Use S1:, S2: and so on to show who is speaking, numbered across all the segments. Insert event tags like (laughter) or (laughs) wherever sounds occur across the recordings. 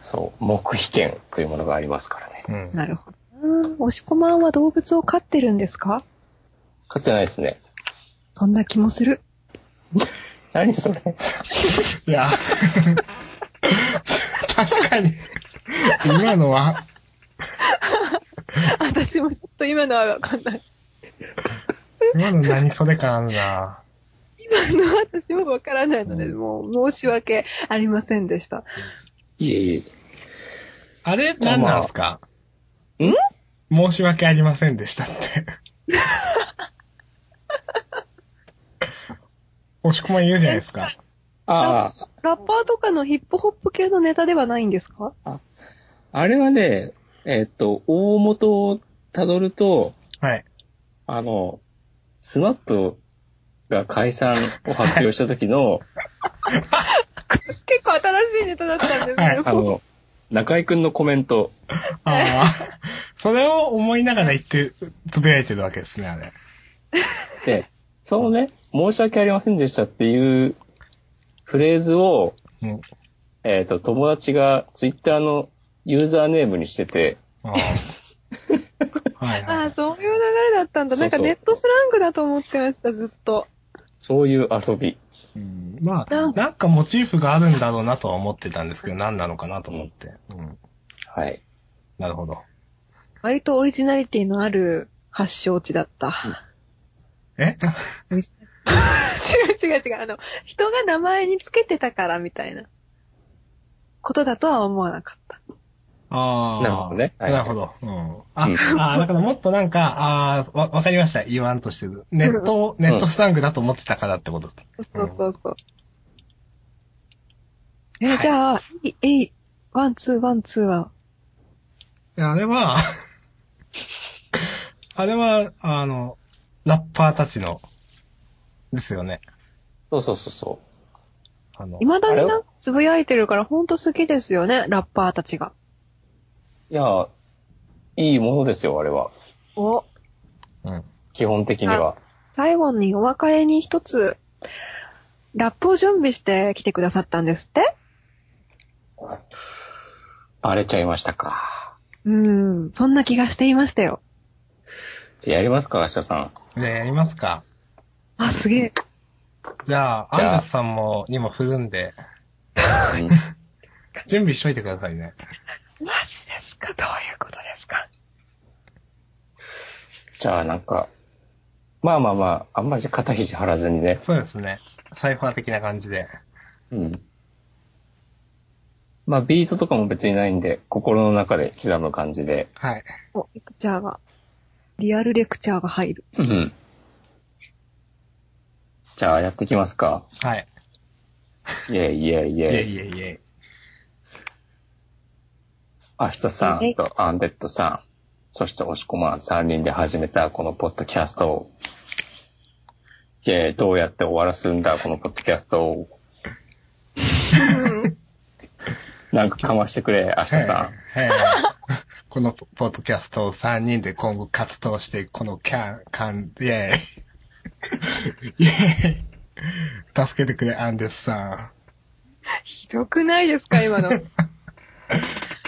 S1: そう、黙秘権というものがありますからね。
S2: うん。
S3: なるほどな。押し込まんは動物を飼ってるんですか
S1: 飼ってないですね。
S3: そんな気もす (laughs) る。
S1: 何それ
S2: い (laughs) や、確かに、今のは、
S3: 私もちょっと今のはわかんない。
S2: 今の何それ感あるな
S3: 今のは私もわからないので、もう申し訳ありませんでした。
S1: いえい
S2: あれ、何なんすか
S1: え。ん
S2: 申し訳ありませんでしたって。押し込まん言うじゃないですか。
S1: ああ、
S3: ラッパーとかのヒップホップ系のネタではないんですか
S1: あれはね、えっと、大元をたどると、
S2: はい。
S1: あの、スマップが解散を発表した時 (laughs) の、
S3: 結構新しいネタだったん (laughs) です
S2: は
S3: け
S2: い
S3: ど、
S1: あの、中井くんのコメント、
S2: ああ、それを思いながら言って、つぶやいてるわけですね、あれ。
S1: で、そのね、申し訳ありませんでしたっていうフレーズを、
S2: うん。
S1: えっ、と、友達がツイッターのユーザーネームにしてて、
S2: ああ。はい
S3: あ
S2: は
S3: あ、
S2: い。
S3: そういう流れだったんだ。なんか
S1: そうそう
S3: ネットスラングだと思ってました、ずっと。
S1: そういう遊び。
S2: うんま
S3: な
S2: あ
S3: ん、
S2: なんかモチーフがあるんだろうなとは思ってたんですけど、何なのかなと思って。うん。
S1: はい。
S2: なるほど。
S3: 割とオリジナリティのある発祥地だった。
S1: (laughs)
S2: え
S3: (laughs) 違う違う違う。あの、人が名前につけてたからみたいなことだとは思わなかった。
S2: ああ。
S1: なるほどねはい
S2: なるほど。うん。あ、
S1: うん
S2: あーだからもっとなんか、ああ、わ、わかりました。言わんとしてる。ネット、ネットスタングだと思ってたからってこと。
S3: そうそうそう。え、じゃあ、えい、えい、ワン、ツー、ワン、ツーは、
S2: いやあれ
S1: (laughs)
S2: は、あれは、あの、ラッパーたちの、ですよね。
S1: そうそうそうそ
S2: あの、
S3: 未
S1: あ
S3: だにな
S1: れ
S3: んかつぶやいてるからほんと好きですよね、ラッパーたちが。
S1: う。いや、いいものですよ、あれは。
S3: お、
S2: うん。
S1: 基本的には。
S3: 最後にお別れに一つ、ラップを準備して来てくださったんですって
S1: 荒れちゃいましたか。
S3: うん、そんな気がしていましたよ。
S1: じゃあやりますか、明日さん。
S2: じゃあやりますか。
S3: あ、すげえ。
S2: じゃあ、
S1: じゃあ
S2: アンダスさんも、にも振るんで、
S1: うん
S2: 準備しといてくださいね。
S3: マジですかどういうことですか
S1: (laughs) じゃあなんか、まあまあまあ、あんまり肩肘張らずにね。
S2: そうですね。サイファー的な感じで。
S1: うん。まあビートとかも別にないんで、心の中で刻む感じで。
S2: はい。
S3: お、レクチャーが、リアルレクチャーが入る。
S1: うん。じゃあやってきますか。
S2: はい。
S1: イェイイェイイ
S2: い
S1: ェ
S2: え
S1: イ。
S2: いえいえ。
S1: 明日さ
S3: イェ
S1: ん
S3: イ
S1: とアンデッドさん、そして押し込まん3人で始めたこのポッドキャストを。イェイ、どうやって終わらすんだ、このポッドキャストを。 (laughs) なんかかましてくれ、明日
S2: はい
S1: さん。
S2: はい (laughs) このポポッドキャストを3人で今後活動していく、このキャン、カン、
S1: (laughs)
S2: イェイ。イェイ。助けてくれ、アンデスさ
S3: ひどくないですか (laughs) 今の。
S2: ん。い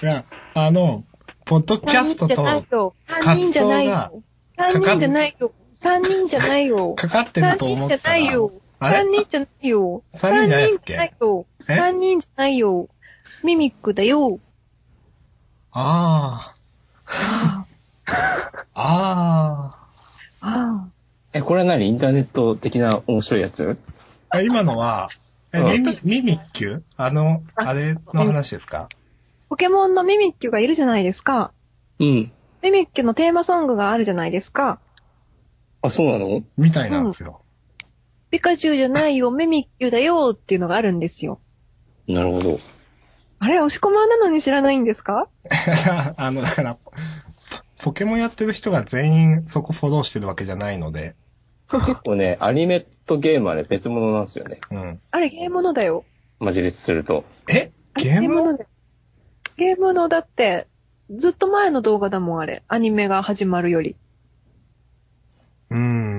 S2: や、あの、ポッドキャストと
S3: 3人じゃないよ。3人じゃないよ。3人じゃないよ。
S2: かかって
S3: 3
S2: ると思
S3: 人
S2: っ
S3: じ
S2: て
S3: ゃな
S2: た
S3: い
S2: ら、
S3: よ。3人じゃないよ。
S2: 三人じゃないっすっけ
S3: 三人じゃないよ。
S2: え
S3: 3人じゃないよ。ミミックだよ。
S2: あ
S3: あ
S2: あ、 (laughs) あ
S3: あ。
S1: え、これは何インターネット的な面白いやつ
S2: あ。え今のは、え、
S1: う
S2: ミ
S1: ん
S2: ミミミッキュあの、あれの話ですか
S3: ポケモンのミミッキュがいるじゃないですか。
S1: うん。
S3: ミミッキュのテーマソングがあるじゃないですか。
S1: あ、そうなの
S2: みたいなんですよ。
S3: ピカチュウじゃないよ、ミミッキュだよっていうのがあるんですよ。
S1: なるほど。
S3: あれ、押し込まんなのに知らないんですか
S2: (laughs) あの、だから、ポポケモンやってる人が全員そこフォローしてるわけじゃないので、
S1: 結構ね、アニメとゲームはね、別物なんですよね。
S2: うん。
S3: あれ、ゲームのだよ。
S1: マジレスする (laughs) と。
S2: え
S3: あれ
S2: ゲーム
S3: のだよ。ゲームのだって、ずっと前の動画だもん、あれ。アニメが始まるより。
S2: うーん。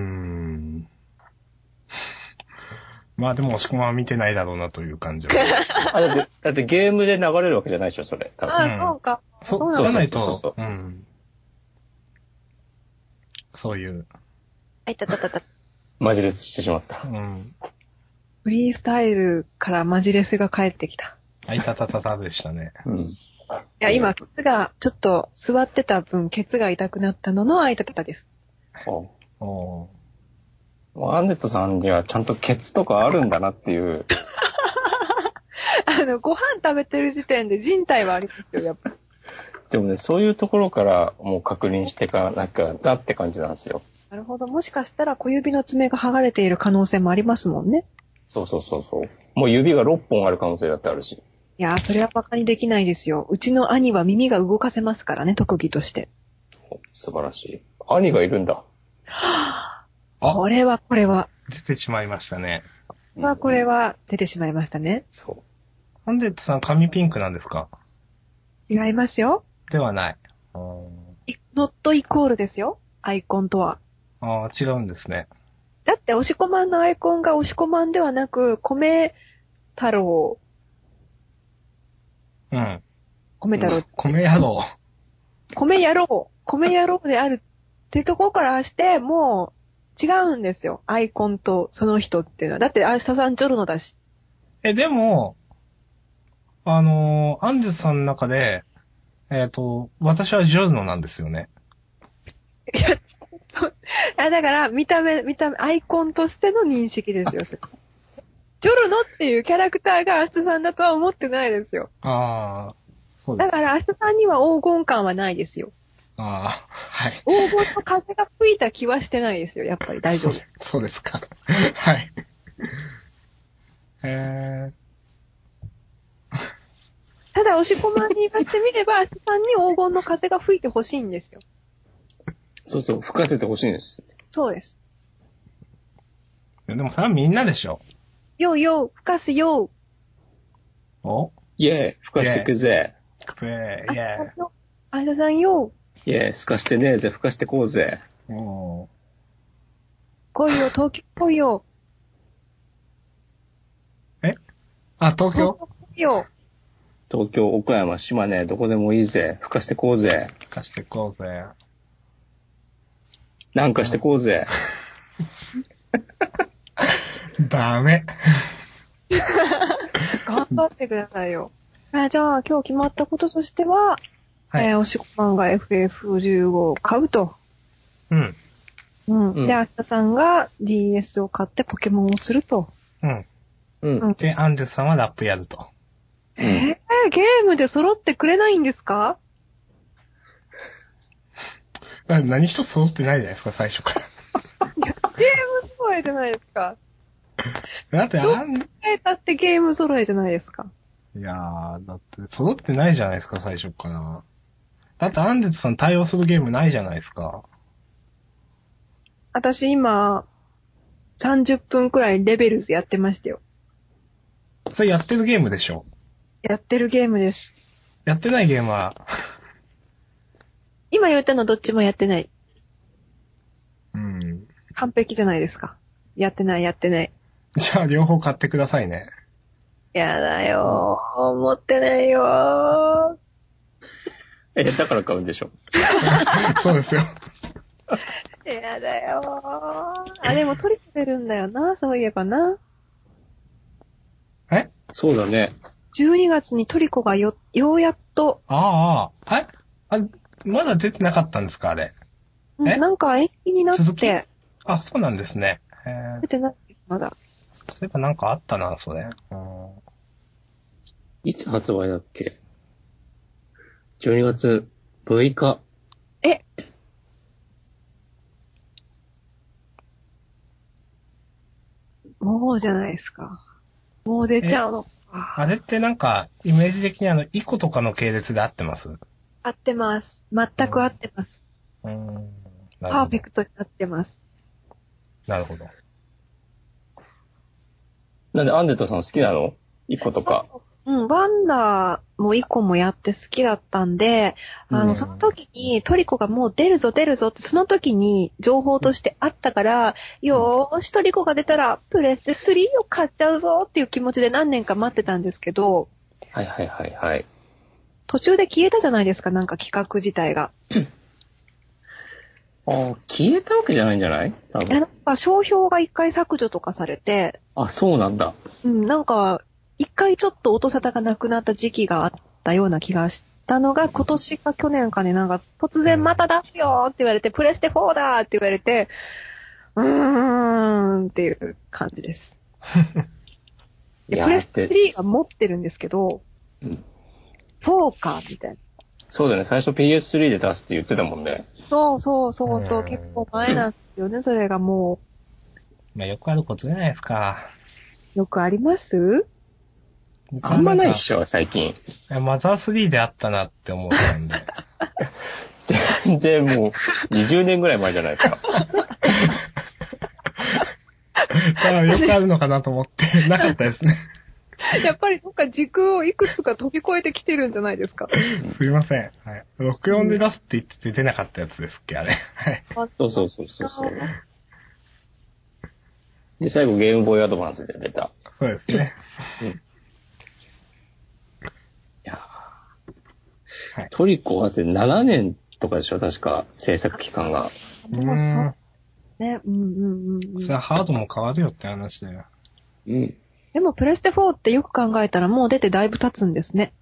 S2: まあでも、押し込まは見てないだろうなという感じは。
S3: (laughs)
S1: あ、だって、だってゲームで流れるわけじゃないでしょ、それ。多分。
S2: うん
S3: あ、そうか。
S2: そ、
S3: そう
S2: う
S3: な
S2: じ
S3: ん
S2: ゃ
S3: だ
S2: ない
S1: そうそう
S2: と、
S1: そう
S2: うん。そういう、
S3: あ、いたたたた。
S1: マジレスしてしまっ
S2: う
S1: た。
S2: ん。
S3: フリースタイルからマジレスが帰ってきた。
S2: あいたたたたでしたね。
S1: うん。
S3: いや、今、ケツが、ちょっと座ってた分、ケツが痛くなったののあいたたたです。 (laughs)
S1: お
S2: おー
S1: アンデットさんにはちゃんとケツとかあるんだなって (laughs) いう。
S3: あの、ご飯食べてる時点で人体はありますよ、やっ (laughs) ぱ。
S1: でもね、そういうところからもう確認していかなきゃなって感じなんですよ。
S3: なるほど。もしかしたら小指の爪が剥がれている可能性もありますもんね。
S1: そうそうそうそう。もう指が6本ある可能性だってあるし。
S3: いやー、それはバカにできないですよ。うちの兄は耳が動かせますからね、特技として。
S1: 素晴らしい。兄がいるんだ。
S2: あ
S3: これは、これは。
S2: 出てしまいましたね。
S3: まあ、これは出てしまいましたね。
S1: そ
S2: ハンデットさん髪ピンクなんですか
S3: 違いますよ。
S2: ではない。あー
S3: いノットイコールですよ。アイコンとは。
S2: あー、違うんですね。
S3: だって、押し込まんのアイコンが押し込まんではなく、米太郎、
S2: うん。
S3: 米太郎、
S2: 米野郎。
S3: 米野郎、米野郎であるってところからして、もう違うんですよ。アイコンとその人っていうのは。だって、明日さんジョルノだし。
S2: え、でも、あのーアンデスさんの中で、えっ、と、私はジョルノなんですよね。
S3: いや、そうあだから、見た目、見た目、アイコンとしての認識ですよ。それジョルノっていうキャラクターが明日さんだとは思ってないですよ。
S2: ああ、そうで
S3: だ
S2: す。
S3: から、明日さんには黄金感はないですよ。
S2: ああ、はい。
S3: 黄金の風が吹いた気はしてないですよ。やっぱり大丈夫。
S2: そうですか。 (laughs) はい。え
S3: ただ、押し込まんに言わせてみれば、明日さんに黄金の風が吹いてほしいんですよ。
S1: う。そうそう、吹かせてほしいんです。
S3: そうです。
S2: ー、でもそれはみんなでしょ。
S3: よいよ、吹かすよ、
S2: お
S1: イェーイ、吹かしてくぜ。
S2: くせー、
S3: あ
S2: イ
S3: やさん
S2: ェ
S3: よ、あやさんよ、
S1: イェーイ、吹かしてねえぜ、吹かしてこうぜ。
S2: ーイ。お
S3: 来いよ、東京来いよ、
S2: あ、東
S3: 東
S2: 京
S3: 京来いよ、
S1: 東京、岡山、島根、どこでもいいぜ。吹かしてこうぜ。
S2: 貸してこうぜ。
S1: なんかしてこうぜ。
S2: ダメ。
S3: 頑張ってくださいよ。 (laughs) あじゃあ、今日決まったこととしては、
S2: はい
S3: えーおしこまんが FF15 を買うと。
S2: うん。
S3: うん。
S1: うん
S3: で、あしたさんが DS を買ってポケモンをすると。
S2: うん。
S1: うん。
S3: うん
S2: で、アンデスさんはラップやると。
S1: うん
S3: えー、ゲームで揃ってくれないんですか
S2: な何一つ揃ってないじゃないですか、最初から。
S3: い (laughs) やゲーム揃えじゃないですか。
S2: だって、あん、
S3: えー、だってゲーム揃えじゃないですか。
S2: いやー、だって、揃ってないじゃないですか、最初から。だって、アンデツさん対応するゲームないじゃないですか。
S3: 私今、30分くらいレベルズやってましたよ。
S2: それやってるゲームでしょ。
S3: やってるゲームです。
S2: やってないゲームは、
S3: 今言ったのどっちもやってない。
S2: うん。
S3: 完璧じゃないですか。やってない、やってない。
S2: じゃあ、両方買ってくださいね。 (laughs)
S3: やだよー。持ってないよ
S1: え、だから買うんでしょ。
S2: そうですよ。
S3: ー。やだよー。あ、でも取り付けるんだよな、そういえばな。
S2: え
S1: そうだね。
S3: 12月にトリコがよ、ようやっと、
S2: ああ、えあ、まだ出てなかったんですか、あれ。
S3: うん
S2: え
S3: なんか延期になっ
S2: 続き
S3: て、
S2: あ、そうなんですね。え
S3: 出てないです、まだ。
S2: ー、そういえばなんかあったな、それ。うん。
S1: いつ発売だっけ ?12 月6日。
S3: えもうじゃないですか。もう出ちゃうのか。
S2: あれってなんか、イメージ的にあの、イコとかの系列で合ってます
S3: 合ってます。全く合ってます。
S2: うん。
S3: パーフェ
S2: ク
S3: クトになってます。
S2: ト。なるほど。
S1: なんで、アンデットさん好きなの一個とか。
S3: そう。うん、ワンダーも一個もやって好きだったんで、あ
S2: う
S3: の、
S2: ん
S3: その時にトリコがもう出るぞ出るぞって、その時に情報としてあったから、よーし、トリコが出たらプレステ3を買っちゃうぞっていう気持ちで何年か待ってたんですけど、
S1: はいはいはいはい。
S3: 途中で消えたじゃないですか、なんか企画自体が。
S1: あー消えたわけじゃないんじゃない多
S3: いやな
S1: 分
S3: んか商標が一回削除とかされて、
S1: あ、そうなんだ。
S3: うん、なんか、一回ちょっと音沙汰がなくなった時期があったような気がしたのが、今年か去年かね、なんか、突然また出すよって言われて、プレステ4だって言われて、うーんっていう感じです。
S1: い
S3: で
S1: や
S3: プレステ
S1: で
S3: 3は持ってるんですけど、
S1: うん
S3: 4か、みたいな。
S1: そうだよね。最初 PS3 で出すって言ってたもんね。
S3: そうそうそうそうう、
S2: ん
S3: 結構前なんですよね、それがも
S2: まあ、よくあることじゃないですか。
S3: う。よくあります
S1: あんまないっ
S2: い
S1: しょ、最近。
S2: やマザー3であったなって思った
S1: (laughs)
S2: んで。
S1: 全然もう、20年ぐらい前じゃないですか。
S2: だからよくあるのかなと思
S1: (laughs)
S2: って、なかったですね。
S3: やっぱりどっか時空をいくつか飛び越えてきてるんじゃないですか。
S2: すいません。はい。64で出すって言ってて出なかったやつですっけ、あれ。はい。
S1: (laughs) そうそうそうそうそう。で、最後ゲームボーイアドバンスで出た。
S2: そうですね。
S1: いやー
S2: はい
S1: トリコはだって7年とかでしょ確か、制作期間が。
S3: もうそうね、うんうんうん
S2: うーん。
S3: う
S2: それ
S3: ん。
S2: はハードも変わるよって話だよ。
S1: うん。
S3: でもプレステ4ってよく考えたらもう出てだいぶ経つんですね。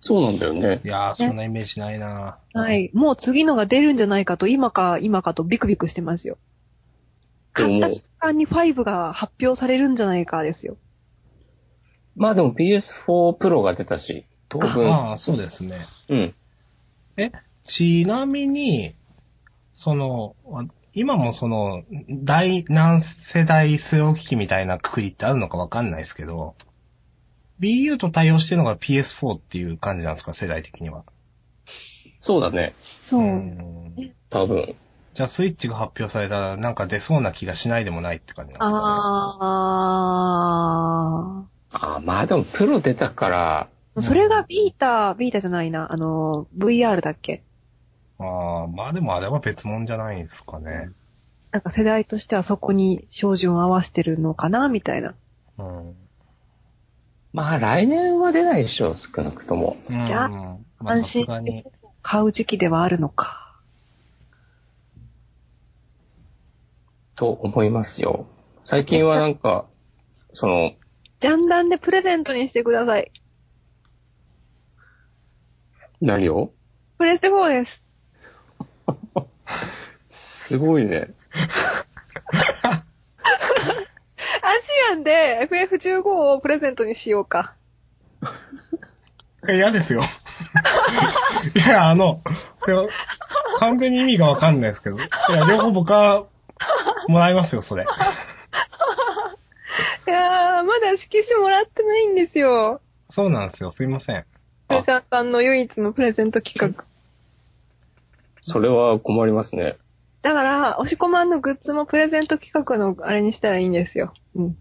S1: そうなんだよね
S2: い。やー、そんなイメージないな
S3: はい。もう次のが出るんじゃないかと、今か今かとビクビクしてますよ。
S1: でも
S3: 買った瞬間に5が発表されるんじゃないかですよ。
S1: まあでも PS4 プロが出たし、当分。
S2: ああ、そうですね。
S1: うん。
S2: ちなみに、その、あ今もその、第何世代据え置き機みたいなくくりってあるのかわかんないですけど、BU と対応してるのが PS4 っていう感じなんですか、世代的には。
S1: そうだね。
S3: そう。
S2: ん
S1: 多分。
S2: じゃあ、スイッチが発表されたら、なんか出そうな気がしないでもないって感じなんですか、
S3: あ
S1: ああ、まあでもプロ出たから、
S3: ー。それがビータ、ビータじゃないな。あの、VR だっけ
S2: ね。ああ、まあでもあれは別物じゃないんですかね。
S3: なんか世代としてはそこに照準を合わせてるのかなみたいな。
S2: うん。うん
S1: まあ来年は出ないでしょ、少なくとも。
S3: じゃあ
S2: まあ、さ
S3: 安
S2: す
S3: 心
S2: がに。
S3: 買う時期ではあるのか。
S1: と思いますよ。最近はなんか、その、
S3: ジャンダンでプレゼントにしてください。
S1: 何を
S3: プレステ4です。
S1: すごいね。
S3: アジアンで FF15 をプレゼントにしようか。
S2: え嫌ですよ。 (laughs) いや、あの、いや完全に意味がわかんないですけど。いや、両方僕は、もらいますよ、それ。
S3: いやー、まだ色紙もらってないんですよ。
S2: そうなんですよ、すいません。
S3: プレゼンさんの唯一のプレゼント企画。
S1: それは困りますね。
S3: だから、押し込まんのグッズもプレゼント企画のあれにしたらいいんですよ。うん。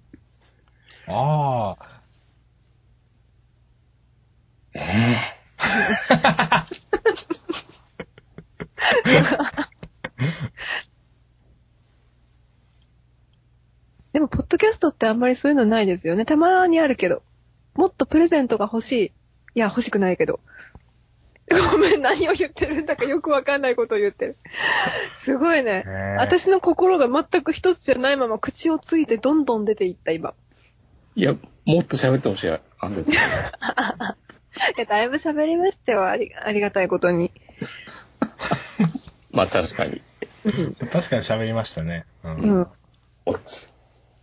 S2: ああ。
S3: でも、ポッドキャストってあんまりそういうのないですよね。たまーにあるけど。もっとプレゼントが欲しい。いや、欲しくないけど。ごめん、何を言ってるんだかよくわかんないことを言ってる。すごい
S2: ね
S3: ね。
S2: え
S3: 私の心が全く一つじゃないまま口をついてどんどん出ていった、今。
S1: いや、もっと喋ってほしい。あんた
S3: いや、だいぶ喋りましたよ。ありありがたいことに。
S1: (laughs) まあ確
S2: (laughs)
S1: かに。
S2: 確かに喋りましたね。う。
S3: うんん。
S1: おつ。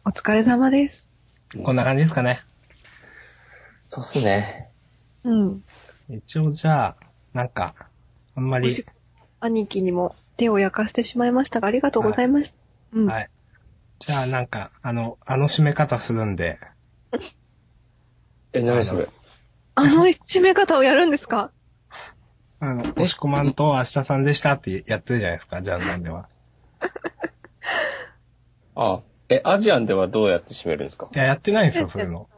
S3: お疲れ様です。
S2: こんな感じですかね。
S1: そうっすね。
S3: うん。
S2: 一応、じゃあ、なんか、あんま
S3: もし
S2: り、
S3: 兄貴にも手を焼かしてしまいましたが、ありがとうございました。うん。
S2: はい。じゃあ、なんか、あの、あの締め方するんで、
S1: え、何それ
S3: あの締め方をやるんですか
S2: あの、押し込まんと明日さんでしたってやってるじゃないですか、ジャンダンでは。
S1: あ、え、アジアンではどうやって締めるんですか
S2: いや、やってないんですよ、そういうの。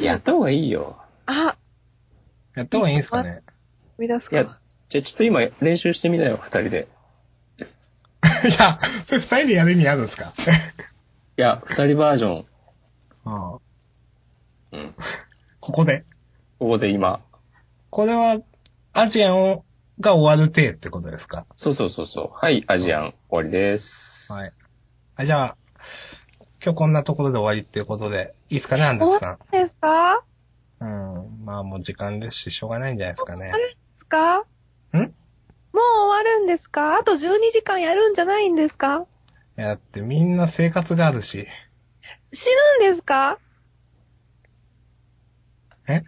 S1: やった方がいいよ。
S3: あ、
S2: やった方がいいんですかね。
S3: 生み出す
S1: いや
S3: か。
S1: じゃあちょっと今練習してみなよ、二人で。
S2: (laughs) いや、それ二人でやる意味あるんです (laughs) か
S1: いや、二人バージョン。
S2: ああ
S1: うん。
S2: ここで。
S1: ここで今。
S2: これは、アジアンをが終わる体ってことですか
S1: そうそうそうそう。はい、アジアン終わりです。
S2: はい。あ、じゃあ、今日こんなところで終わりっていうことで、いいですかね、アンダー
S3: 終
S2: さ
S3: わったですか
S2: ん。うん。まあもう時間ですし、しょうがないんじゃないですかね
S3: 終わ。るんですかん
S2: ん
S3: もう終わるんですかあと12時間やるんじゃないんですか
S2: いや、だってみんな生活があるし。
S3: 死ぬんですか
S2: え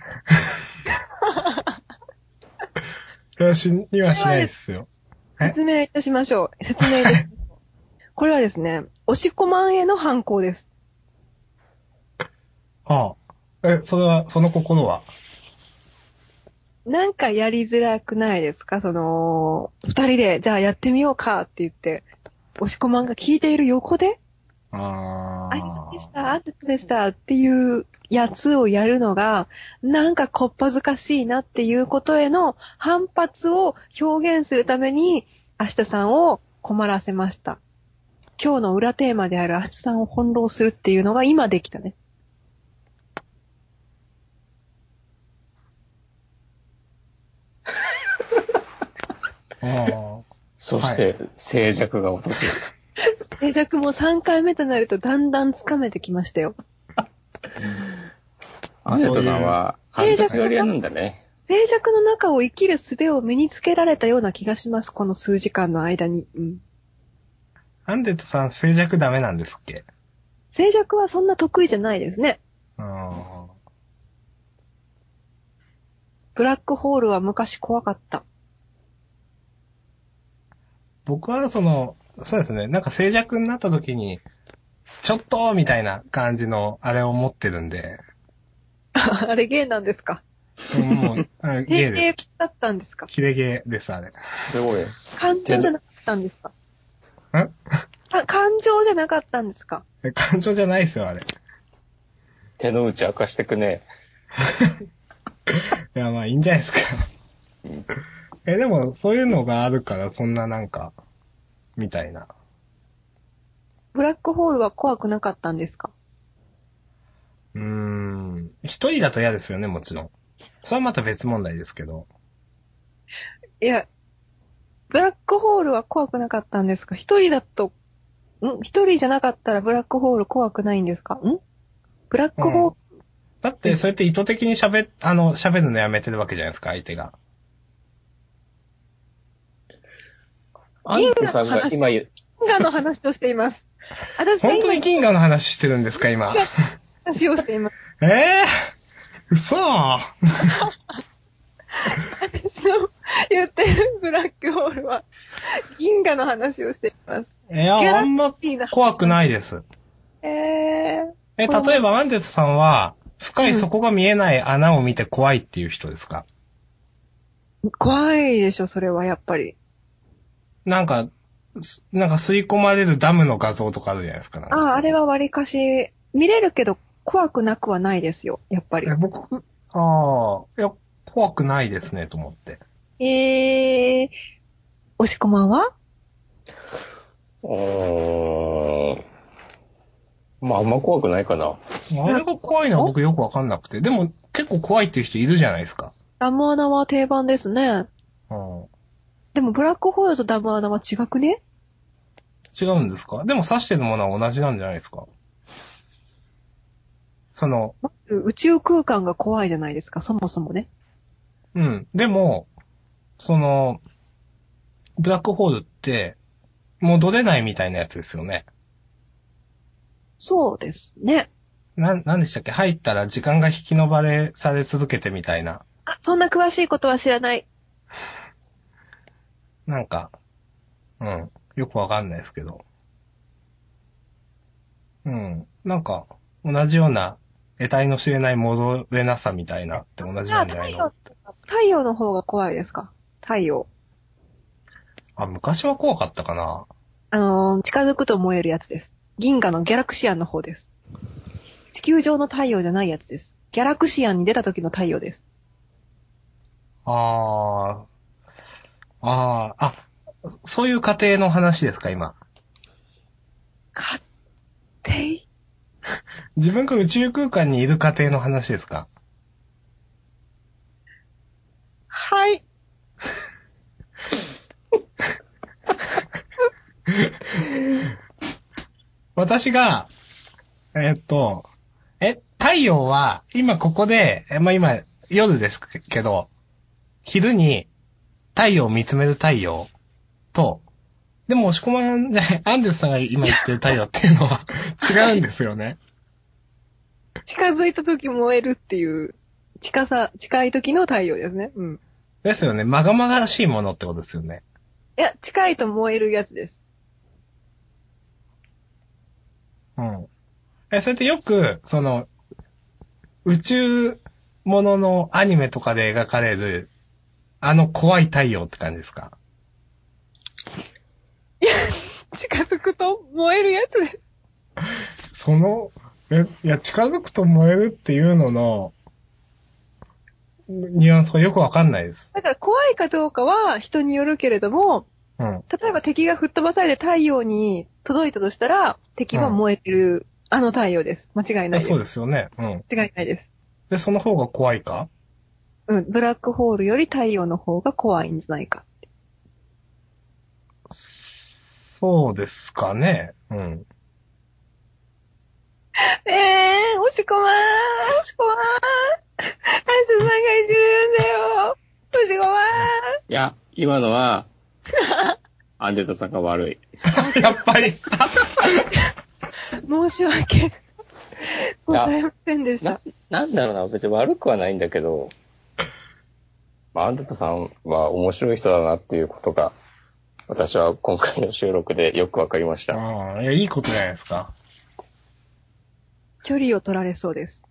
S2: いや、死にはしないですよ。え
S3: 説明いたしましょう。説
S2: (laughs)
S3: 明です。これはですね、押し込まんへの反抗です。
S2: はあ。え、それは、その心は
S3: なんかやりづらくないですかその、二人で、じゃあやってみようかって言って、押し込まんが聞いている横で、
S2: あ
S3: あいつでした、あいつでしたっていうやつをやるのが、なんかこっぱずかしいなっていうことへの反発を表現するために、明日さんを困らせました。今日の裏テーマである明日さんを翻弄するっていうのが今できたね。
S2: あ
S1: そして、静寂が訪れる。
S3: 静寂も3回目となるとだんだんつかめてきましたよ。
S1: アセトさんは、
S3: そうい
S1: 半
S3: う
S1: 年寄りなんだね。
S3: 静寂の中を生きる術を身につけられたような気がします、この数時間の間に。うん。
S2: (laughs) アンデッドさん静寂ダメなんですっけ
S3: 静寂はそんな得意じゃないですね。
S2: うん。
S3: ブラックホールは昔怖かった。 (laughs)
S2: 僕はその、そうですね、なんか静寂になった時に、ちょっとみたいな感じのあれを持ってるんで、
S3: あれゲイなんですか
S2: もう、あゲ
S3: 平
S2: ー
S3: 成
S2: で
S3: だったんですか
S2: す。キレゲーです、あれ。
S1: すごい。
S3: 感情じゃなかったんですか
S2: ん
S3: あ感情じゃなかったんですか
S2: え感情じゃないですよ、あれ。い
S1: 手の内明かしてくね。
S2: や、まあいいんじゃないですか。
S1: うん
S2: え、でも、そういうのがあるから、そんななんか、みたいな。
S3: ブラックホールは怖くなかったんですか
S2: うーん。一人だと嫌ですよね、もちろん。それはまた別問題ですけど。
S3: いや、ブラックホールは怖くなかったんですか一人だと、ん一人じゃなかったらブラックホール怖くないんですかんブラックホール、
S2: だって、そうやって意図的に喋っ、あの、喋るのやめてるわけじゃないですか、相手が。
S1: アントさんが今言う、
S3: 銀河の話をしています。私が
S2: 本当
S3: 今
S2: に銀河の話してるんですか、今。
S3: 話をしています。
S2: ええー、嘘
S3: 私の言ってるブラックホールは銀河の話をしています。
S2: いや、あんま怖くないです。
S3: えー、
S2: え、例えば、アンデスさんは、深い底が見えない穴を見て怖いっていう人ですか、
S3: 怖いでしょ、それはやっぱり。
S2: なんか、すなんか吸い込まれるダムの画像とかあるじゃないですか。なんか
S3: ああ、あれは割かし、見れるけど怖くなくはないですよ、やっぱり
S2: え、。僕、ああ、いや、怖くないですね、と思って。
S3: えー、おしこまんは
S1: うーん。まあ、あんま怖くないかな。
S2: あれが怖いのは僕よくわかんなくて。でも、結構怖いっていう人いるじゃないですか。
S3: ダムアナは定番ですね。
S2: うん。
S3: でもブラックホールとダムアナは違くね
S2: 違うんですかでも指してるものは同じなんじゃないですかその、
S3: まず宇宙空間が怖いじゃないですか、そもそもね。
S2: うん。でも、その、ブラックホールって、戻れないみたいなやつですよね。
S3: そうですね。
S2: なん、なんでしたっけ入ったら時間が引き延ばれされ続けてみたいな。
S3: あ、そんな詳しいことは知らない。
S2: なんか、うん。よくわかんないですけど。うん。なんか、同じような、得体の知れない戻れなさみたいなって同じ
S3: じゃ
S2: な
S3: あ
S2: んじゃない
S3: 太陽
S2: の
S3: とか、太陽の方が怖いですか太陽。
S2: あ、昔は怖かったかな。
S3: あのー近づくと燃えるやつです。銀河のギャラクシアンの方です。地球上の太陽じゃないやつです。ギャラクシアンに出た時の太陽です。
S2: ああ、ああ、あ、そういう過程の話ですか、今。
S3: 勝手い
S2: 自分が宇宙空間にいる過程の話ですか。
S3: はい。
S2: 私が、えっと、え、太陽は、今ここで、えまあ、今、夜ですけど、昼に、太陽を見つめる太陽と、でも、押し込まんじゃない、アンデスさんが今言ってる太陽っていうのは (laughs) 違うんですよね。
S3: 近づいた時燃えるっていう、近さ、近い時の太陽ですね。うん。
S2: ですよね。まがまがしいものってことですよね。
S3: いや、近いと燃えるやつです。
S2: うん。え、それってよく、その、宇宙もののアニメとかで描かれる、あの怖い太陽って感じですか
S3: いや、近づくと燃えるやつです。
S2: その、え、いや、近づくと燃えるっていうのの、ニュアンスがよくわかんないです。
S3: だから怖いかどうかは人によるけれども、
S2: うん。
S3: 例えば敵が吹っ飛ばされて太陽に届いたとしたら、敵は燃えてる、あの太陽です。間違いないです。
S2: そうですよね。うん。
S3: 間違いないです。
S2: で、その方が怖いか
S3: うん、ブラックホールより太陽の方が怖いんじゃないか。
S2: そうですかね。うん。
S3: ええー、押し込まーん、押し込まーん。あいつさんがいじめるんだよ。押し込ま
S1: いや、今の (laughs) は、アンデトさんが悪い。
S2: (laughs) やっぱり。
S3: ーん。申し訳ございませんでし
S1: な
S3: た。、
S1: なんだろうな、別に悪くはないんだけど、まあ、アンデトさんは面白い人だなっていうことが、私は今回の収録でよくわかりました。
S2: (laughs) ああ、いや、いいことじゃないですか。
S3: 距離を取られそうです。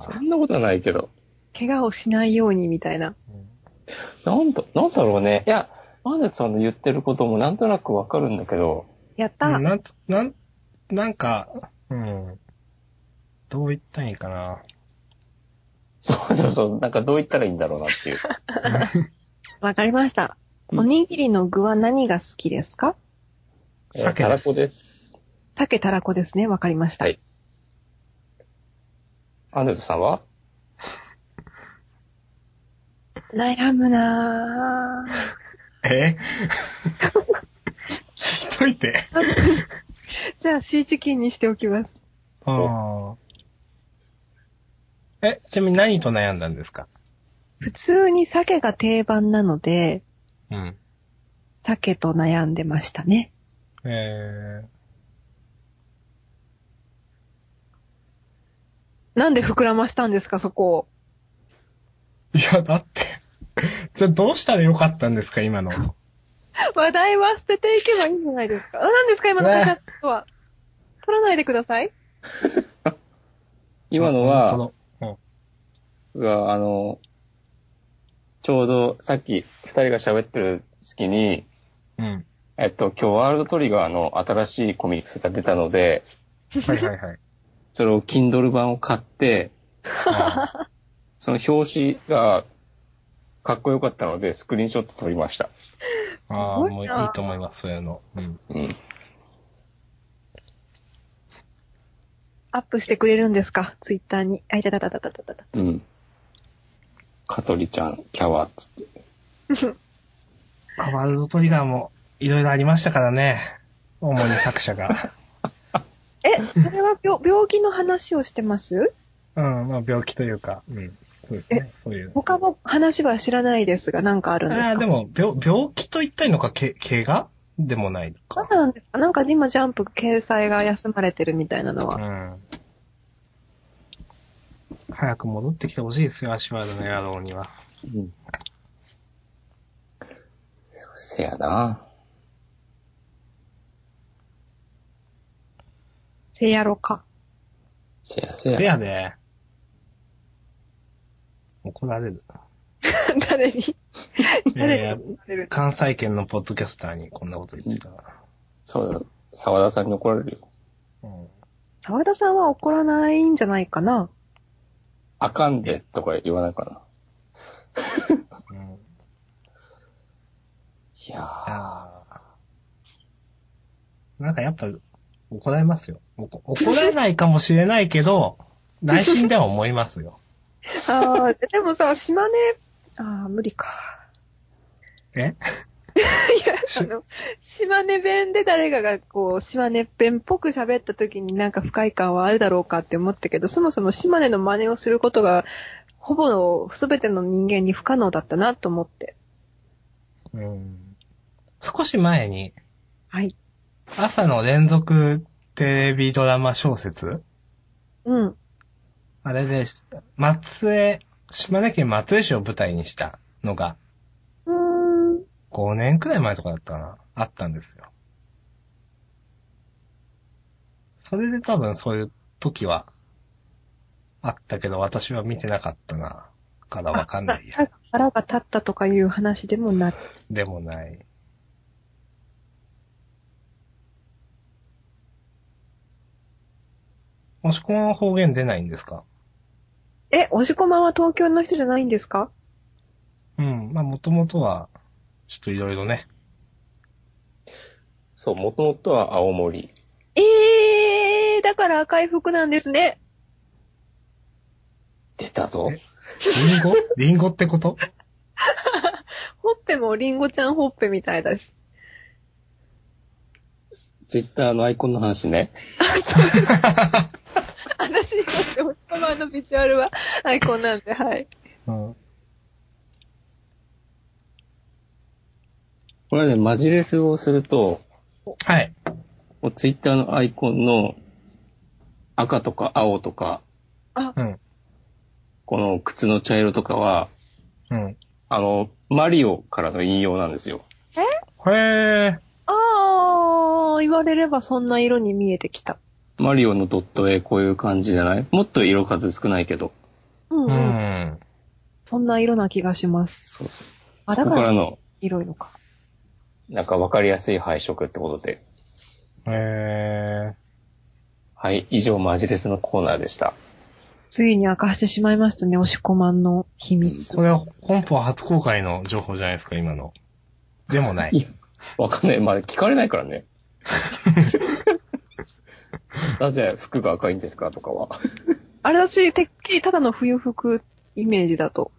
S1: そんなことはないけど。
S3: 怪我をしないようにみたいな。
S1: なんだ、なんだろうね。いや、アンデトさんの言ってることもなんとなくわかるんだけど、
S3: やった
S2: うん
S3: ー。
S2: なんつ、なん、なんか、うん。どう言ったらいいかな。
S1: そうそうそう、なんかどう言ったらいいんだろうな (laughs) っていう。
S3: わかりました。
S1: うん
S3: おにぎりの具は何が好きですか
S1: えーた
S2: 鮭です
S1: らこです。
S3: 竹たらこですね。わかりました。
S1: はいアンデトさんは
S3: 悩むなぁ。
S2: え (laughs) 聞いといて。
S3: じゃあ、シーチキンにしておきます。
S2: ああ。え、ちなみに何と悩んだんですか
S3: 普通に鮭が定番なので、
S2: うん。
S3: 鮭と悩んでましたね。
S2: え
S3: なんで膨らましたんですか、そこを。
S2: ー、いや、だって、 (laughs) じゃあどうしたらよかったんですか、今の。
S3: 話題は捨てていけばいいんじゃないですか。あ、何ですか、今の会社とは。取らないでください。
S1: 今のは、
S2: 本当だ
S1: が、あの、ちょうどさっき二人が喋ってる隙に、
S2: うん。うん。
S1: えっと、今日ワールドトリガーの新しいコミックスが出たので、
S2: はいはい (laughs) はい。
S1: それを Kindle 版を買って、
S2: あ
S1: その表紙がかっこよかったので、スクリーンショット撮りました。
S2: ーあ
S3: すご
S2: ー、
S3: いな
S2: もういいと思います、そういうの。うん。
S1: うん。
S3: アップしてくれるんですか、ツイッターに。あ、いたたたたたたたた。
S1: うん。カトリちゃん、キャワっつって。
S2: ワールドトリガーもいろいろありましたからね。主に作者が。
S3: え、それは病病気の話をしてます
S2: うん、まあ病気というか。うん。そうですね。そういう。
S3: 他の話は知らないですが、なんかあるんですか
S2: ああ、でも、病、病気と言ったらいいのか、け、怪我でもないの
S3: そう
S2: か。
S3: なんですかなんか今ジャンプ掲載が休まれてるみたいなの
S2: う
S3: は。
S2: ん。早く戻ってきてほしいですよ、アシュワードの野郎には。
S1: うん。せやな。
S3: せやろか。
S1: せやせ
S2: せ
S1: や。
S2: やで。怒られる。
S3: (laughs) 誰に誰
S2: や
S3: に言われる
S2: 関西圏のポッドキャスターにこんなこと言ってたら。
S1: そうだ。沢田さんに怒られるよ。
S2: うん。
S3: 沢田さんは怒らないんじゃないかな。
S1: あかんでとか言わないかな。
S2: うん。
S1: いやー
S2: あーなんかやっぱ、怒られますよ。おこ怒られないかもしれないけど、内心では思いますよ。
S3: (laughs) ああ、でもさ、島根、ああ、無理か。
S2: え
S3: いや、あの、島根弁で誰かがこう、島根弁っぽく喋った時になんか不快感はあるだろうかって思ったけど、そもそも島根の真似をすることが、ほぼ全ての人間に不可能だったなと思って。
S2: うん。少し前に、
S3: はい。
S2: 朝の連続テレビドラマ小説
S3: うん。
S2: あれで、松江、島根県松江市を舞台にしたのが、
S3: うーん。
S2: 5年くらい前とかだったかな。あったんですよ。それで多分そういう時は、あったけど、私は見てなかったな。からわかんない (laughs) や。
S3: あ腹が立ったとかいう話でもなく、
S2: でもない。もしこの方言出ないんですか
S3: え、おしこまんは東京の人じゃないんですか
S2: うん。まあ、もともとは、ちょっといろいろね。
S1: そう、もともとは青森。
S3: えー、だから赤い服なんですね。
S1: 出たぞ。
S2: リンゴ (laughs) リンゴってこと
S3: ほっぺもりんごちゃんほっぺみたいだし。 (laughs)
S1: ツイッターのアイコンの話ね。
S3: 私にとっておしこまんのビジュアルはアイコンなんで、はい。
S2: うん。
S1: これはね、マジレスをすると、
S2: はい。
S1: もうツイッターのアイコンの赤とか青とか、
S3: あ、
S2: うん。
S1: この靴の茶色とかは、
S2: うん。
S1: あの、マリオからの引用なんですよ。
S2: へえ。
S3: あー、言われればそんな色に見えてきた。
S1: マリオのドット絵こういう感じじゃないもっと色数少ないけど。
S3: うん、
S2: う
S3: うん、
S2: ん。
S3: そんな色な気がします。
S1: そうそう。
S3: あ、
S1: そこ
S3: だか
S1: から
S3: ら
S1: の、
S3: 色々か。
S1: なんかわかりやすい配色ってことで。
S2: へえ。
S1: はい、以上マジレスのコーナーでした。
S3: ついに明かしてしまいましたね、おしこまんの秘密。
S2: これは本邦初公開の情報じゃないですか、今の。でもないい。
S1: や、わかんない。まあ、聞かれないから (laughs) ね。なぜ服が赤いんですかとかは。
S3: あれ私、てっきりただの冬服イメージだと。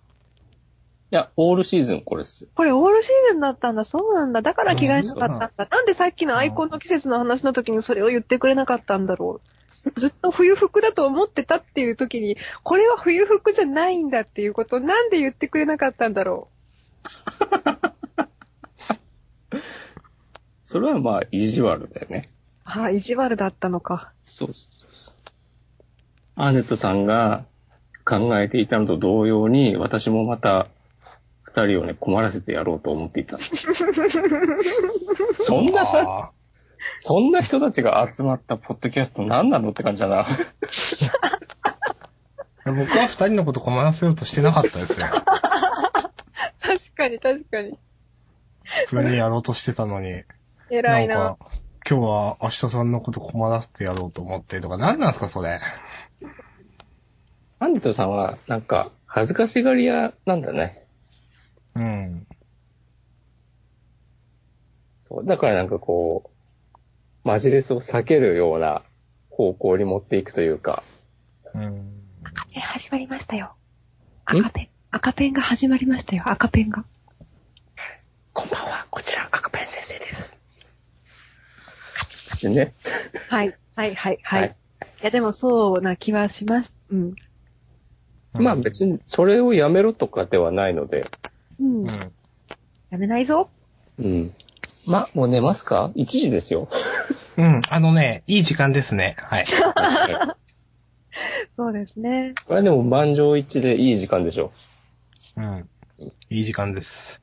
S1: いや、オールシーズンこれっす。
S3: これオールシーズンだったんだ、そうなんだ。だから着替えなかったんだ。なんでさっきのアイコンの季節の話の時にそれを言ってくれなかったんだろう。ずっと冬服だと思ってたっていう時に、これは冬服じゃないんだっていうことをなんで言ってくれなかったんだろ
S1: それはまあ、意地悪だよね。
S3: う。ああ、意地悪だったのか。
S1: そうそうそうそう。アーネットさんが考えていたのと同様に、私もまた、二人をね、困らせてやろうと思っていた。 (laughs) そんなさ、
S2: あ
S1: そんな人たちが集まったポッドキャスト何なのって感じだな。
S2: ー僕は二人のこと困らせようとしてなかったです
S1: (laughs)
S2: よ。
S3: 確かに確かに。
S2: 普通にやろうとしてたのに。
S3: 偉いな。
S2: んか、今日は明日さんのこと困らせてやろうと思ってとか、何なんすか、それ。
S1: アーネットさんは、なんか、恥ずかしがり屋なんだね。
S2: うん。
S1: そう、だからなんかこう、マジレスを避けるような方向に持っていくというか、
S2: うん。
S3: え、始まりましたよ。
S1: ん
S3: 赤ペン。赤ペンが始まりましたよ、赤ペンが。
S1: こんばんは、こちら赤ペン先生です。でね。
S3: はい、はい、はい、はい。いや、でもそうな気はします。うん。
S1: まあ別に、それをやめろとかではないので、
S3: うん。
S2: う
S3: や
S2: ん。
S3: めないぞ。
S1: うん。ま、もう寝ますか ?1 時です
S3: (laughs)
S1: よ。
S2: うん。あのね、いい時間ですね。
S1: (laughs)
S2: はい。
S3: そうですね。
S1: これでも満場一致でいい時間でしょ。
S2: うん。いい時間です。